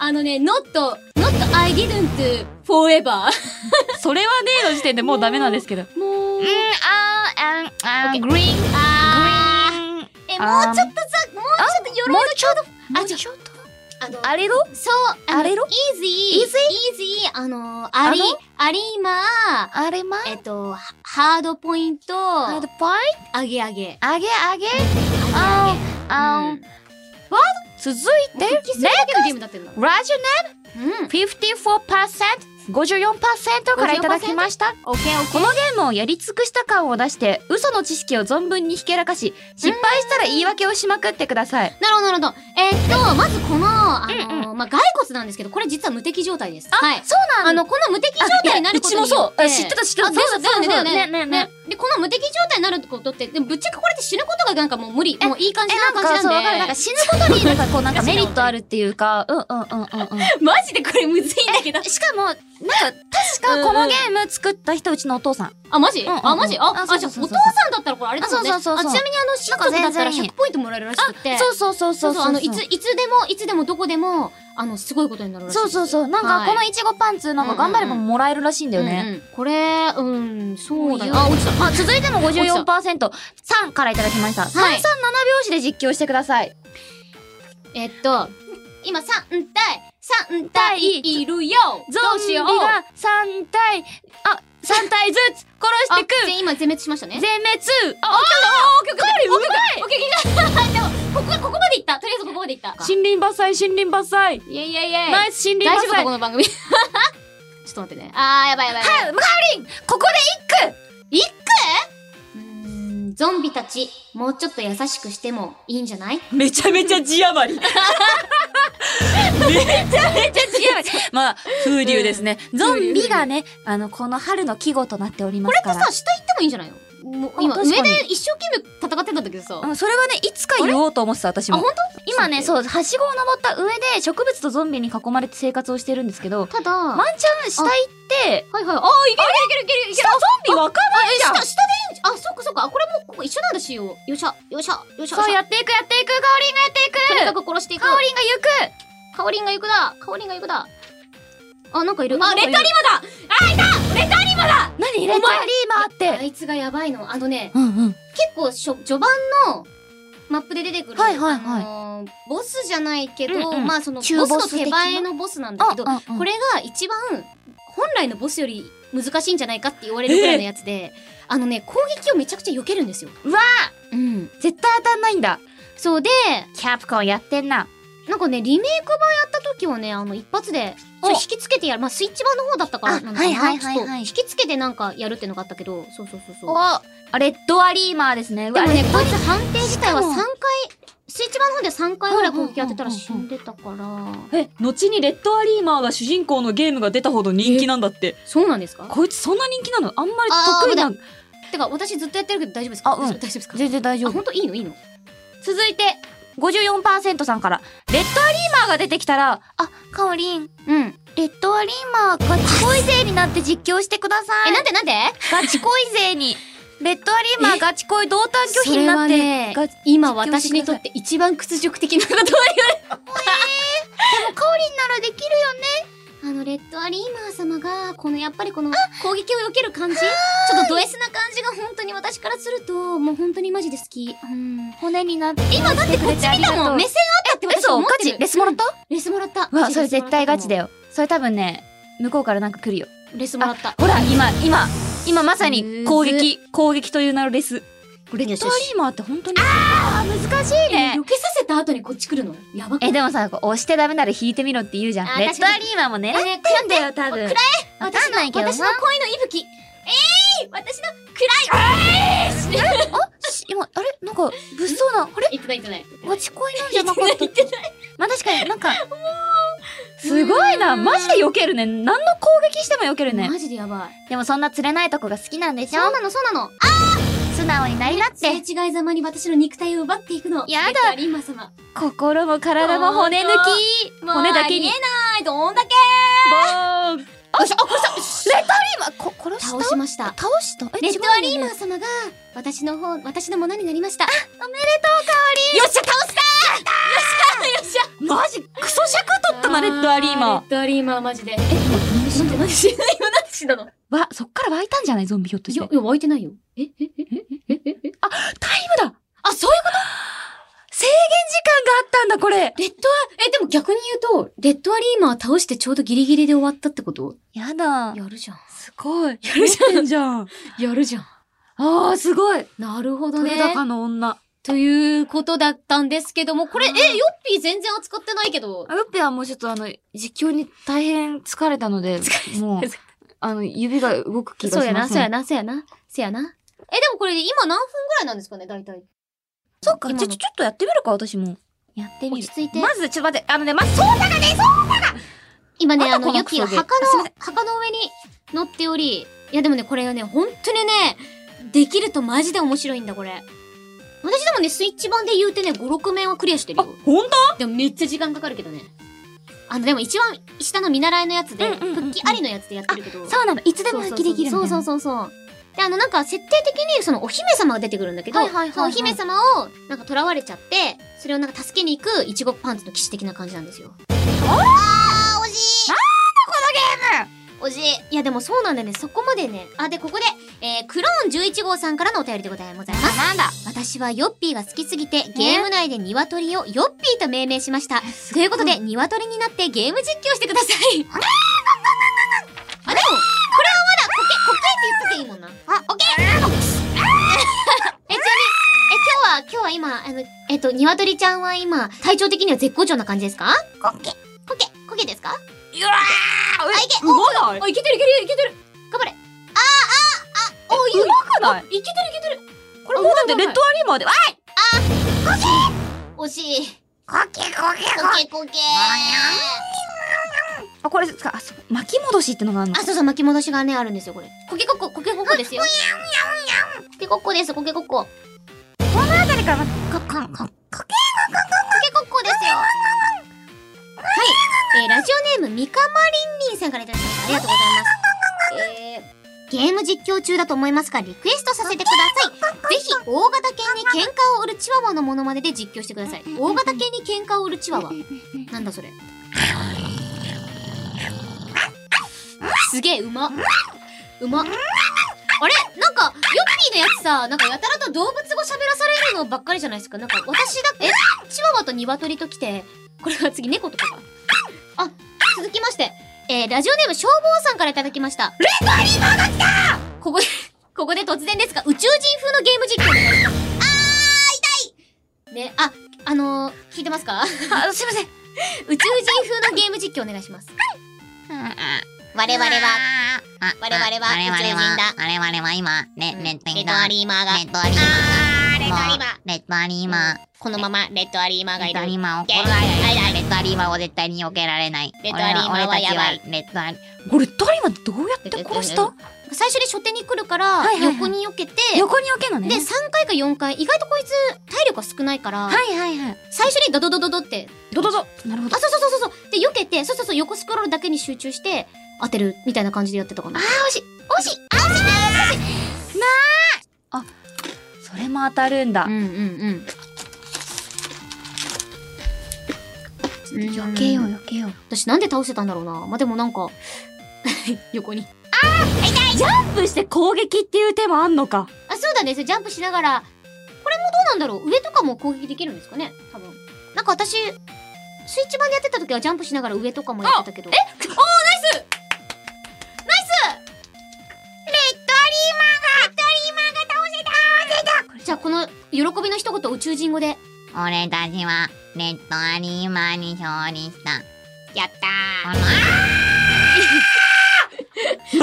Speaker 2: あのね、not, not I didn't forever.
Speaker 1: の時点でもうダメなんですけど。
Speaker 2: もう、
Speaker 1: あ
Speaker 2: ー
Speaker 1: グリーン。
Speaker 2: あーえ、もうちょっとさ、もうちょっと鎧の強度、
Speaker 1: も
Speaker 2: あ、
Speaker 1: う
Speaker 2: ちょ、
Speaker 1: ちょっと。
Speaker 2: あの、
Speaker 1: あれろ
Speaker 2: そう、
Speaker 1: あれろ
Speaker 2: easy, easy, あの、あり
Speaker 1: あの、
Speaker 2: ありま、
Speaker 1: あれま
Speaker 2: えっと、ハハードポイント、
Speaker 1: ハード
Speaker 2: あ
Speaker 1: ポイ
Speaker 2: げあげ。
Speaker 1: あげあげ。
Speaker 2: あ
Speaker 1: あ
Speaker 2: うん
Speaker 1: ん。続いて、
Speaker 2: で、キスだけのゲームだってんだ。
Speaker 1: ラジ
Speaker 2: う
Speaker 1: オ
Speaker 2: ん。
Speaker 1: ネーム 54%54% からいただきました。
Speaker 2: オッケーオッケ
Speaker 1: このゲームをやり尽くした感を出して、嘘の知識を存分にひけらかし、失敗したら言い訳をしまくってください。
Speaker 2: ー。なるほど、なるほど。えっと、まずこの、あ
Speaker 1: うん
Speaker 2: の、まあ、骸骨なんですけど、これ実は無敵状態です。はい。
Speaker 1: そう
Speaker 2: あの、この無敵状態になることによっ
Speaker 1: あ
Speaker 2: て。
Speaker 1: いやうちもそうあ知ってた知ってた
Speaker 2: あそうだ
Speaker 1: そうそう
Speaker 2: だよね、だ
Speaker 1: ね
Speaker 2: よね。
Speaker 1: ねね
Speaker 2: で、この無敵状態になることって、でもぶっちゃけこれって死ぬことがなんかもう無理。もういい感じな感じなんで。
Speaker 1: 死ぬことになんかこうなんかメリットあるっていうか、うんうんうんうんう
Speaker 2: マジでこれむずいんだけど
Speaker 1: ん。。しかも、なんか確かこのゲーム作った人うちのお父さん。
Speaker 2: あ、マジ
Speaker 1: うんうんうん
Speaker 2: あ、マジあ、
Speaker 1: あ
Speaker 2: あ、
Speaker 1: そう
Speaker 2: じ
Speaker 1: そ
Speaker 2: ゃあ
Speaker 1: う
Speaker 2: お
Speaker 1: そうそう
Speaker 2: 父さんだったらこれあれだもんね。
Speaker 1: あそうそうそうそう
Speaker 2: あちなみにあの、親族だったら
Speaker 1: なんか全然
Speaker 2: 100ポイントもらえるらしくって。
Speaker 1: そうそうそうそう。
Speaker 2: あの、いつ、いつでも、いつでもどこでも、あの、すごいことになるらしい。
Speaker 1: そうそうそう。なんかこのいちごパンツなんか頑張ればもらえるらしいんだよね。
Speaker 2: うんうんこれ、うん、そうだね
Speaker 1: こういう
Speaker 2: あ、落ちた。
Speaker 1: まあ、続いても54%、3からいただきました。337
Speaker 2: はい
Speaker 1: 拍子で実況してください。
Speaker 2: えっと、今3体、3体いるよ
Speaker 1: ゾ
Speaker 2: どう
Speaker 1: ン
Speaker 2: し
Speaker 1: ビ
Speaker 2: よう
Speaker 1: が3体、あ、3体ずつ
Speaker 2: あ
Speaker 1: 殺してく
Speaker 2: 全員今全滅しましたね。
Speaker 1: 全滅あ、おきょうだおきょう
Speaker 2: オッケー、オッケー、 でも、ここ、ここまでいった。とりあえずここまでいった。
Speaker 1: 森林伐採、森林伐採
Speaker 2: いやいやいや
Speaker 1: ナイス森
Speaker 2: 大
Speaker 1: 林
Speaker 2: 丈夫
Speaker 1: 伐
Speaker 2: か、
Speaker 1: 採
Speaker 2: この番組。ちょ っと待ってね。あー、やばいやばいやばい。
Speaker 1: はい、ムカオリンここで一句
Speaker 2: 一句うーんゾンビたち、もうちょっと優しくしてもいいんじゃない
Speaker 1: めちゃめちゃ字余り。めちゃめちゃ字余り。まあ、風流ですね。ゾンビがね、あの、この春の季語となっておりま
Speaker 2: これ
Speaker 1: す
Speaker 2: っ
Speaker 1: か
Speaker 2: て
Speaker 1: ら
Speaker 2: さ、。下行ってもいいんじゃないのもう今、
Speaker 1: あ
Speaker 2: 上
Speaker 1: 確かに
Speaker 2: で一生懸命戦ってたんだけどさ。
Speaker 1: うん、それはね、いつか言おうと思ってた、私
Speaker 2: あ、
Speaker 1: も
Speaker 2: ほん。と
Speaker 1: 今ね、そう、はしごを登った上で植物とゾンビに囲まれて生活をしてるんですけど、
Speaker 2: ただ、
Speaker 1: ワ
Speaker 2: は
Speaker 1: ンチャン下行って、
Speaker 2: いはい。あー、いけるいけるいけるいけるいける
Speaker 1: ゾンビわかんないじゃ
Speaker 2: 下、
Speaker 1: ん
Speaker 2: 下でいいんじゃ、あ、そっかそっか。あ、これもうここ一緒なんだしよ。よっしゃ、よっしゃ、よっしゃ。
Speaker 1: そう
Speaker 2: よっしゃ
Speaker 1: やっていくやっていく、カオリンがやっていく
Speaker 2: とにかく殺していく。
Speaker 1: カオリンが行く
Speaker 2: カオリンが行くだ。カオリンが行くだ。あ、なんかいる。
Speaker 1: あレタリ
Speaker 2: マだ
Speaker 1: 何レタリーマーっ
Speaker 2: あ
Speaker 1: て。
Speaker 2: いつがやばいの。あのね、
Speaker 1: うんうん。
Speaker 2: 結構しょ序盤のマップで出てくる、
Speaker 1: はいはいはい
Speaker 2: あのーボスじゃないけど、
Speaker 1: うんうん
Speaker 2: まあそのボス
Speaker 1: 中ボス
Speaker 2: の手前のボスなんだけど、
Speaker 1: あああ
Speaker 2: これが一番本来のボスより難しいんじゃないかって言われるぐらいのやつで、あのね攻撃をめちゃくちゃ避けるんですよ。
Speaker 1: うわ
Speaker 2: うん。
Speaker 1: 絶対当たんないんだ。
Speaker 2: そうで
Speaker 1: キャプコンやってんな。
Speaker 2: なんかねリメイク版やった時はねあの一発でちょ
Speaker 1: お
Speaker 2: 引きつけてやるまあスイッチ版の方だったからなのかな
Speaker 1: あはいはいはいはい
Speaker 2: ちょっと引きつけてなんかやるってのがあったけどそうそうそうそう。
Speaker 1: あ、レッドアリーマーですね。う
Speaker 2: で
Speaker 1: わ
Speaker 2: もね、
Speaker 1: レッド
Speaker 2: こいつ判定自体は
Speaker 1: しかも
Speaker 2: 3回、スイッチ版の方で3回ぐらい攻撃やってたら
Speaker 1: うんうん
Speaker 2: 死
Speaker 1: うんうん
Speaker 2: んでたから。
Speaker 1: え、後にレッドアリーマーが主人公のゲームが出たほど人気なんだって。
Speaker 2: そうなんですか
Speaker 1: こいつそんな人気なのあんまり得意な。
Speaker 2: てか、私ずっとやってるけど大丈夫ですか
Speaker 1: あうん
Speaker 2: 大丈夫ですか
Speaker 1: 全然大
Speaker 2: あ、。ほんといいのいいの
Speaker 1: 続いて、54%さんから、レッドアリーマーが出てきたら、あ、カオリン、
Speaker 2: うん。
Speaker 1: レッドアリーマーガチ恋勢になって実況してください。
Speaker 2: え、なんでなんで
Speaker 1: ガチ恋勢に。レッドアリーマーガチ恋同担拒否になって、
Speaker 2: ね
Speaker 1: ガチ
Speaker 2: 今
Speaker 1: 実況し
Speaker 2: 私
Speaker 1: て
Speaker 2: に
Speaker 1: くだ
Speaker 2: と
Speaker 1: さい
Speaker 2: って一番屈辱的なことを言わ
Speaker 1: カオリンならできるよね。
Speaker 2: あの、レッドアリーマー様が、このやっぱりこの攻撃を避ける感じちょっとド S な感じが本当に私からすると、もう本当にマジで好き。うん。
Speaker 1: 骨になって。
Speaker 2: 今だってこっち見たもん目線あったって私
Speaker 1: 嘘
Speaker 2: 思っ
Speaker 1: ガ
Speaker 2: てる
Speaker 1: チレスもらった
Speaker 2: レスもらった。
Speaker 1: わ、それ絶対ガチだ
Speaker 2: よ。
Speaker 1: よ。それ多分ね、向こうからなんか来るよ。
Speaker 2: レスもらった。
Speaker 1: ほら、今、今、今まさに攻
Speaker 2: むず
Speaker 1: 撃、攻撃という名のレス。レッ
Speaker 2: よし
Speaker 1: ド
Speaker 2: よ
Speaker 1: ア
Speaker 2: し
Speaker 1: リーマーって本当に。あー、難しい
Speaker 2: え避けさせた後にこっち来るのやばくない
Speaker 1: え、でもさ、こう押してダメなら引いてみろって言うじゃ
Speaker 2: あ
Speaker 1: ん。
Speaker 2: ー
Speaker 1: レッドアリーマーもね。
Speaker 2: あれ
Speaker 1: ってんだよ、多
Speaker 2: 暗
Speaker 1: 分。
Speaker 2: い
Speaker 1: わかんないけど
Speaker 2: 私の
Speaker 1: さ。
Speaker 2: 恋の息吹ええー、私の暗いえー
Speaker 1: し今、あれなんか、物騒な、あれ
Speaker 2: 言ってない言ってない
Speaker 1: ガチ恋なんじゃなかったっけまあ確かになんか、すごいな。マジで避けるね。何の攻撃しても避けるね
Speaker 2: マ。ジでやばい。
Speaker 1: でもそんな釣れないとこが好きなんでし
Speaker 2: そう
Speaker 1: ょ
Speaker 2: なの、そうなの。
Speaker 1: 素直になりなっ
Speaker 2: すれ
Speaker 1: て。
Speaker 2: 違いざまに私の肉体を奪っていくの。
Speaker 1: やだ
Speaker 2: ベッカリーマ様。
Speaker 1: 心も体も骨抜き。骨だけに
Speaker 2: 見え。ない。どんだけ
Speaker 1: ボーン。あ、しあ、殺した。レッドリーマー、こ、殺
Speaker 2: 倒しました。
Speaker 1: 倒したえ
Speaker 2: レッ
Speaker 1: 違う
Speaker 2: ド
Speaker 1: よね
Speaker 2: アリーマー様が、私の方、私のものになりました。
Speaker 1: よっしゃ、倒したよっしゃ、よっしゃ。マジ、クソ尺取ったな、レッドアリーマ
Speaker 2: レッドアリーマーマジで。え、なんで死んだなんで死んだ今なんで死んだの
Speaker 1: ー。わ、そっから湧いたんじゃないゾンビひょっと
Speaker 2: い
Speaker 1: して。
Speaker 2: や、
Speaker 1: タ
Speaker 2: いや、湧いてないよ。え、え、え、え、え、え、
Speaker 1: イ
Speaker 2: え、
Speaker 1: ムだあ、そういうこと制限時間があったんだ、これ。
Speaker 2: レッドア、え、でも逆に言うと、レッドアリーマー倒してちょうどギリギリで終わったってこと
Speaker 1: やだ。
Speaker 2: やるじゃん。
Speaker 1: すご い。やるじゃんじゃん。
Speaker 2: やるじゃん。
Speaker 1: ああ、すごい。
Speaker 2: なるほど
Speaker 1: 取
Speaker 2: ね
Speaker 1: れ。高の女。
Speaker 2: ということだったんですけども、これ、え、
Speaker 1: は
Speaker 2: ヨ
Speaker 1: い
Speaker 2: ッピー全然扱ってないけど。
Speaker 1: ウッペはもうちょっとあの、実況に大変疲れたので、 もう、あの、指が動く気がします、
Speaker 2: そうやな、そうや。な、そうやな、そうやな。え、でもこれ今何分ぐらいなんですかね、大体。
Speaker 1: そっか、
Speaker 2: 今
Speaker 1: じゃ
Speaker 2: の
Speaker 1: あちょちょっとやってみるか、私も。やって
Speaker 2: 落ち着いて。
Speaker 1: まず、ちょっと待って、あのね、まず、そう
Speaker 2: 今ね、あ
Speaker 1: あと
Speaker 2: の、
Speaker 1: この
Speaker 2: ヨッピーが
Speaker 1: クソゲー
Speaker 2: 墓
Speaker 1: あすいま
Speaker 2: の、墓の上に乗っており、いやでもね、これね、本当にね、できるとマジで面白いんだ、これ。私でもね、スイッチ版で言うてね、5、6面はクリアしてるよ。
Speaker 1: ほんと
Speaker 2: でもめっちゃ時間かかるけどね。あの、でも一番下の見習いのやつで、
Speaker 1: うんうんうんうん
Speaker 2: 復帰ありのやつでやってるけど。
Speaker 1: そうなの、いつでも発揮できる
Speaker 2: そうそうそうそうそうであのなんか設定的にそのお姫様が出てくるんだけど、
Speaker 1: はいはいはいはい
Speaker 2: そのお姫様をなんか囚われちゃってそれをなんか助けに行くいちごパンツの騎士的な感じなんですよあー惜しい惜しいいやでもそうなんだよねそこまでねあでここで、えークローン11号さんからのお便りでございます
Speaker 1: なん だ
Speaker 2: 私はヨッピーが好きすぎてゲーム内で鶏をヨッピーと命名しましたということで鶏になってゲーム実況してくださいあでもこれはまだコケコケって言ってていいもんなあオッケー えちなみにえ今日は今日は今あのえっと鶏ちゃんは今体調的には絶好調な感じですかコケコケコケですか
Speaker 1: うわー
Speaker 2: あいけ
Speaker 1: まだ
Speaker 2: あいけてるいけてるいけてる頑張れあーあーあおいい
Speaker 1: くない
Speaker 2: いけてるいけてる
Speaker 1: これもうだってレッドアリーマーで、わい
Speaker 2: 惜しい
Speaker 1: コケコケ
Speaker 2: コケコケ
Speaker 1: あ、これですか、あ、そう巻き戻しってのがあるの
Speaker 2: あ、そうそう、巻き戻しがね、あるんですよ、これ。コケコッコ、コケコッコですよ。コケコッコです、コケコッコ。コ
Speaker 1: あたりから、ココンコン。
Speaker 2: ケコッコですよ。はい。えーラジオネーム、みかまりんりんさんからいただきました。ありがとうございます。えーゲーム実況中だと思いますが、リクエストさせてください。ぜひ、大型犬に喧嘩を売るチワワのモノマネで実況してください。大型犬に喧嘩を売るチワワ。なんだそれ。すげえ、うま。うま。あれなんか、ヨッピーのやつさ、なんかやたらと動物語喋らされるのばっかりじゃないですか。なんか、私だけ、え、チワワとニワトリと来て、これが次猫とかか。あ、続きまして、えー、ラジオネーム消防さんからいただきました。レッドアリーマーが来たここで、ここで突然ですが、宇宙人風のゲーム実況になりますあー、痛いね、あ、あのー、聞いてますか
Speaker 1: あ、すいません。
Speaker 2: 宇宙人風のゲーム実況お願いします。我々は、
Speaker 4: は、
Speaker 2: 我々は宇宙人だ
Speaker 4: 我々は今、レ
Speaker 2: うん
Speaker 4: レッド
Speaker 2: レッ
Speaker 4: リー
Speaker 2: ド
Speaker 4: マ
Speaker 2: ア
Speaker 4: ー、レ
Speaker 2: リーマーが、
Speaker 4: ッドアリーマ
Speaker 2: あー、レッドアリー
Speaker 4: ー
Speaker 2: マー。
Speaker 4: レッドアリーマー、
Speaker 2: このままレッドアリーマーが
Speaker 4: レッ
Speaker 2: い
Speaker 4: ド
Speaker 2: る。
Speaker 4: アリーマーを
Speaker 2: ゲ
Speaker 4: 殺
Speaker 2: ーム
Speaker 4: さレッドアリーマーを絶対に避けられない。
Speaker 2: レッドアリーマーは
Speaker 4: 俺た
Speaker 2: や
Speaker 4: ち
Speaker 2: ばい
Speaker 4: レッドアリー
Speaker 1: これ、レッドアリーマーどうやって殺した
Speaker 2: 最初に初手に来るから、
Speaker 1: いはいはい
Speaker 2: 横に避けて、
Speaker 1: 横に置けのね。
Speaker 2: で、3回か4回、意外とこいつ体力が少ないから、
Speaker 1: はいはいはい。
Speaker 2: 最初にドドドドドって、
Speaker 1: どどど。なるほ
Speaker 2: あ、。そうそうそうそうそう、で、避けて、そうそうそう、横スクロールだけに集中して、当てるみたいな感じでやってたかな。あー、惜しい惜しい
Speaker 1: それも当たるんだ
Speaker 2: うん。うんうん。
Speaker 1: 避けよう避けよう。
Speaker 2: 私なんで倒してたんだろうな。まあ、でもなんか、 横に。
Speaker 1: アップして攻撃っていう手もあんのか。
Speaker 2: あ、そうだね。それジャンプしながら、これもどうなんだろう上とかも攻撃できるんですかね多分。なんか私、スイッチ版でやってた時はジャンプしながら上とかもやってたけど。えおー、ナイスナイスレッドアリーマーがレッドアリーマーが倒せた倒せたじゃあこの喜びの一言宇宙人語で。
Speaker 4: マー。俺たちは、レッドアリーマーに勝利した。
Speaker 2: やったー
Speaker 4: この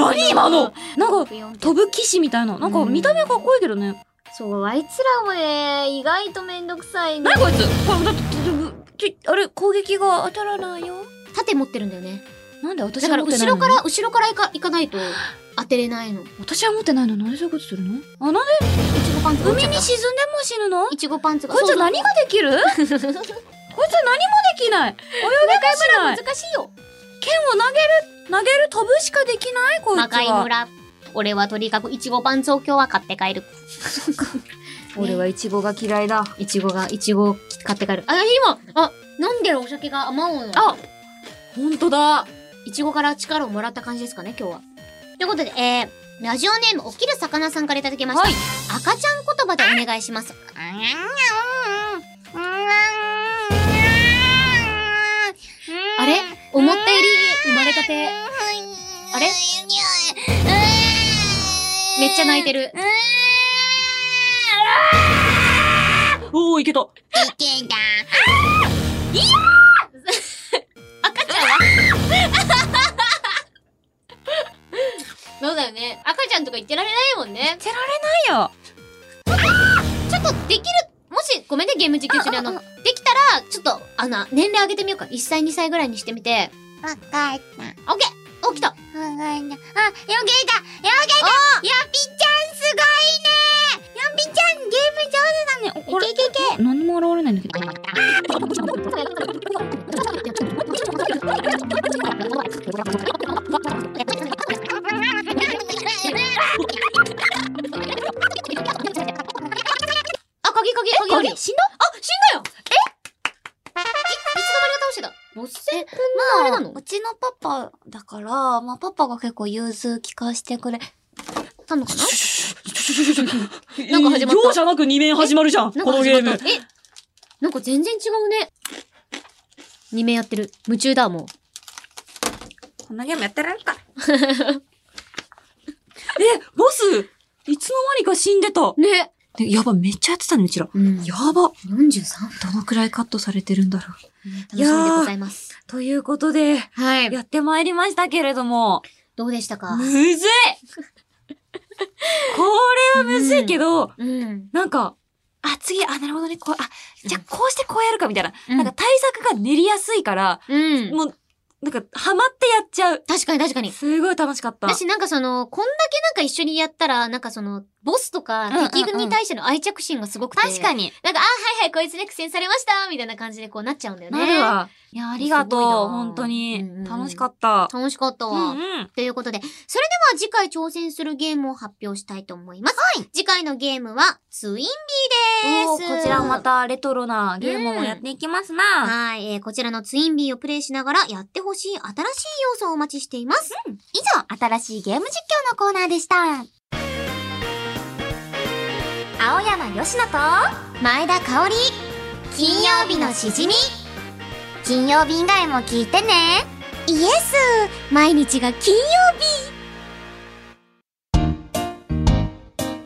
Speaker 1: 何今のなんか、
Speaker 2: か、
Speaker 1: 飛ぶ騎士みたいな。なんか見た目かっこいいけどね。
Speaker 2: そう、あいつらもね、意外とめんどくさい
Speaker 1: なにこいつこれ、だって、ちょちょあれ、攻撃が当たらないよ。
Speaker 2: 盾持ってるんだよね。
Speaker 3: なんで私
Speaker 2: だ
Speaker 3: は
Speaker 2: から
Speaker 3: 持ってな
Speaker 2: 後
Speaker 3: いの
Speaker 2: ろから、後ろからいかいかないと当てれないの。
Speaker 3: 私は持ってないのなんでそういうことするのあなんで
Speaker 2: いちごパンツが落
Speaker 3: 海に
Speaker 2: ちちゃった。
Speaker 3: 沈んでも死ぬのこ
Speaker 2: いちごパンツが。
Speaker 3: いつ何ができ るこいつ
Speaker 2: そうそう
Speaker 3: 何もできない泳げもしない
Speaker 2: 難しいよ。
Speaker 3: 剣を投げる投げる飛ぶしかできないこいつ
Speaker 2: 魔
Speaker 3: は
Speaker 2: 界村。俺はとにかくいちごパンツを今日は買って帰る。
Speaker 3: 俺はイチゴが嫌いだ
Speaker 2: いちごが、いちごを買って帰る。あ、今、あ、飲んでるお酒が甘おうの。
Speaker 3: あ本当だ
Speaker 2: いちごから力をもらった感じですかね、今日は。ということで、えー、ラジオネーム、起きる魚さんからいただきました。
Speaker 3: はい
Speaker 2: 赤ちゃん言葉でお願いします。あれ思ったより生まれたて、あれめっちゃ泣いてる。
Speaker 3: おおいけた
Speaker 4: けた。
Speaker 2: そうだよね。赤ちゃんとか言ってられないもんね。
Speaker 3: 捨てられないよ
Speaker 2: ちょっとできる、もし、ごめんね、ゲーム実況中であの、できたら、ちょっと、あの、年齢上げてみようか。1歳、2歳ぐらいにしてみて。
Speaker 4: わかった。わかっ
Speaker 2: あ、オッケー起きた
Speaker 4: た。あ、よけた。よけた。よぴちゃんすごいね。よぴちゃんゲーム上手だね。
Speaker 3: これ何も現れないんだけど
Speaker 2: あ、鍵、鍵、鍵、鍵。
Speaker 3: 死んだあ死んだよ
Speaker 2: いつの間にか倒してた。ボス戦こんなあれなの
Speaker 1: うちのパパだから、まあパパが結構融通聞かしてくれ。
Speaker 2: たのかな
Speaker 3: なん
Speaker 2: か始まった
Speaker 3: 容赦なく2面始まるじゃん、このゲーム。
Speaker 2: えなんか全然違うね。二面やってる。夢中だ、もう。
Speaker 1: こんなゲームやってられるか。
Speaker 3: え、ボス、いつの間にか死んでた。
Speaker 2: ね。
Speaker 3: でやば、めっちゃやってたね、うちら。
Speaker 2: うん。
Speaker 3: やば、ど
Speaker 2: 43?
Speaker 3: のくらいカットされてるんだろう。
Speaker 2: 楽しみでございます。
Speaker 3: ということで、
Speaker 2: は。
Speaker 3: やってまいりましたけれども、
Speaker 2: どうでしたか
Speaker 3: むずい これはむずいけど、
Speaker 2: うん。
Speaker 3: なんか、あ、次、あ、なるほどね、こう、あ、じゃあこうしてこうやるかみたいな。
Speaker 2: うん
Speaker 3: なんか対策が練りやすいから、
Speaker 2: うん。
Speaker 3: もう、なんか、ハマってやっちゃう。
Speaker 2: 確かに確かに。
Speaker 3: すごい楽しかった。
Speaker 2: 私なんかその、こんだけなんか一緒にやったら、なんかその、ボスと
Speaker 3: うんうんう
Speaker 2: か
Speaker 3: ん
Speaker 2: 敵に対しての愛着心がすごくて。
Speaker 3: 確か
Speaker 2: に。
Speaker 3: に。
Speaker 2: なんか、あ、はいはい、こいつで苦戦されましたみたいな感じでこうなっちゃうんだよね。
Speaker 3: なる。わ。いや、ありがとう
Speaker 2: すごいな。
Speaker 3: 本当
Speaker 2: うんうんうん
Speaker 3: に。楽しかった。
Speaker 2: 楽しかった
Speaker 3: う
Speaker 2: わ。
Speaker 3: ん。
Speaker 2: ということで、それでは次回挑戦するゲームを発表したいと思います。次回のゲームは、ツインビ
Speaker 1: お
Speaker 2: ー
Speaker 1: ー
Speaker 2: です。
Speaker 1: こちらま。たレトロなゲームもやっていきますな。
Speaker 2: はい、えーこちらのツインビーをプレイしながらやってほしい新しい要素をお待ちしています。
Speaker 1: 以上、新しいゲーム実況のコーナーでした。青山よしのと、
Speaker 2: 前田香織、
Speaker 1: 金曜日のしじみ。金曜日以外も聞いてね。イエス
Speaker 2: 毎日が金曜日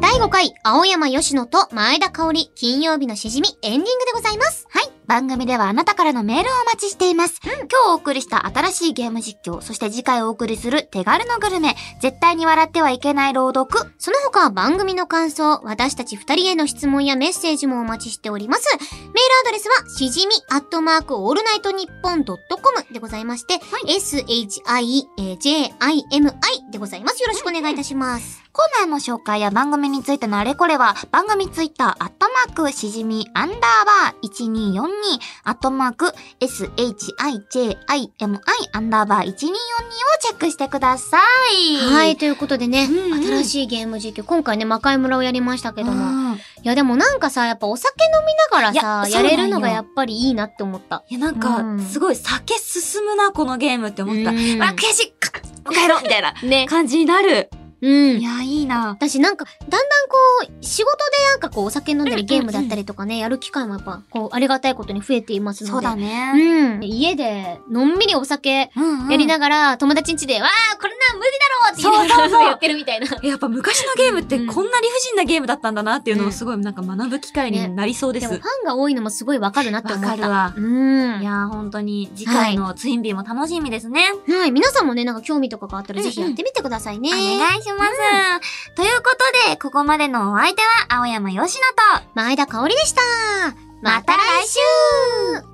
Speaker 2: 第5回、青山吉野と前田香織、金曜日のしじみ、エンディングでございます。はい。
Speaker 1: 番組ではあなたからのメールをお待ちしています。今日お送りした新しいゲーム実況、そして次回お送りする手軽のグルメ、絶対に笑ってはいけない朗読、
Speaker 2: その他番組の感想、私たち二人への質問やメッセージもお待ちしております。メールアドレスは、しじみアットマークオールナイトニッポンドットコムでございまして、SHIJIMI でございます。よろしくお願いいたします。
Speaker 1: コーナーの紹介や番組についてのあれこれは、番組ツイッター、アットマーク、しじみ、アンダーバー、1242、アットマーク、shijimi、アンダーバー、1242をチェックしてください。
Speaker 2: はい、。ということでね、
Speaker 1: うんうん
Speaker 2: 新しいゲーム実況、今回ね、魔界村をやりましたけども、
Speaker 1: うん
Speaker 2: いやでもなんかさ、やっぱお酒飲みながらさ、
Speaker 1: い
Speaker 2: や
Speaker 1: や
Speaker 2: れるの
Speaker 1: そうな
Speaker 2: が
Speaker 1: んよ
Speaker 2: やっぱりいいなって思った。
Speaker 1: いや、なん
Speaker 2: うん
Speaker 1: か、すごい酒進むな、このゲームって思った。わ、
Speaker 2: うん
Speaker 1: 悔しいか帰 ろうみたいな
Speaker 2: ね。
Speaker 1: 感じになる。
Speaker 2: うん
Speaker 1: い。や、いいな。
Speaker 2: 私なんか、だんだんこう、仕事でなんかこう、お酒飲んだりゲームだったりとかね、やる機会もやっぱ、こう、ありがたいことに増えていますので。
Speaker 1: そうだね。
Speaker 2: うん。家で、のんびりお酒
Speaker 1: うんうん
Speaker 2: やりながら、友達ん家で、わー、これな、無理だろうって言いな
Speaker 1: そ
Speaker 2: が
Speaker 1: うそう
Speaker 2: ら
Speaker 1: そう
Speaker 2: やってるみたいな。
Speaker 3: やっぱ昔のゲームって
Speaker 2: うん
Speaker 3: こんな理不尽なゲームだったんだなっていうの
Speaker 2: う
Speaker 3: を
Speaker 2: ん
Speaker 3: すごいなんか学ぶ機会になりそうで。
Speaker 2: ですも、ファンが多いのもすごいわかるなって思った。
Speaker 3: わかるわ
Speaker 2: うん。
Speaker 1: いやー、本当に次回のツインビーも楽しみですね。
Speaker 2: はい、皆さんもね、なんか興味とかがあったら、
Speaker 1: うんうん
Speaker 2: ぜひやってみてくださいね。
Speaker 1: お願いします、ということで、ここまでのお相手は青山よしのと、
Speaker 2: 前田香織でした。
Speaker 1: また来週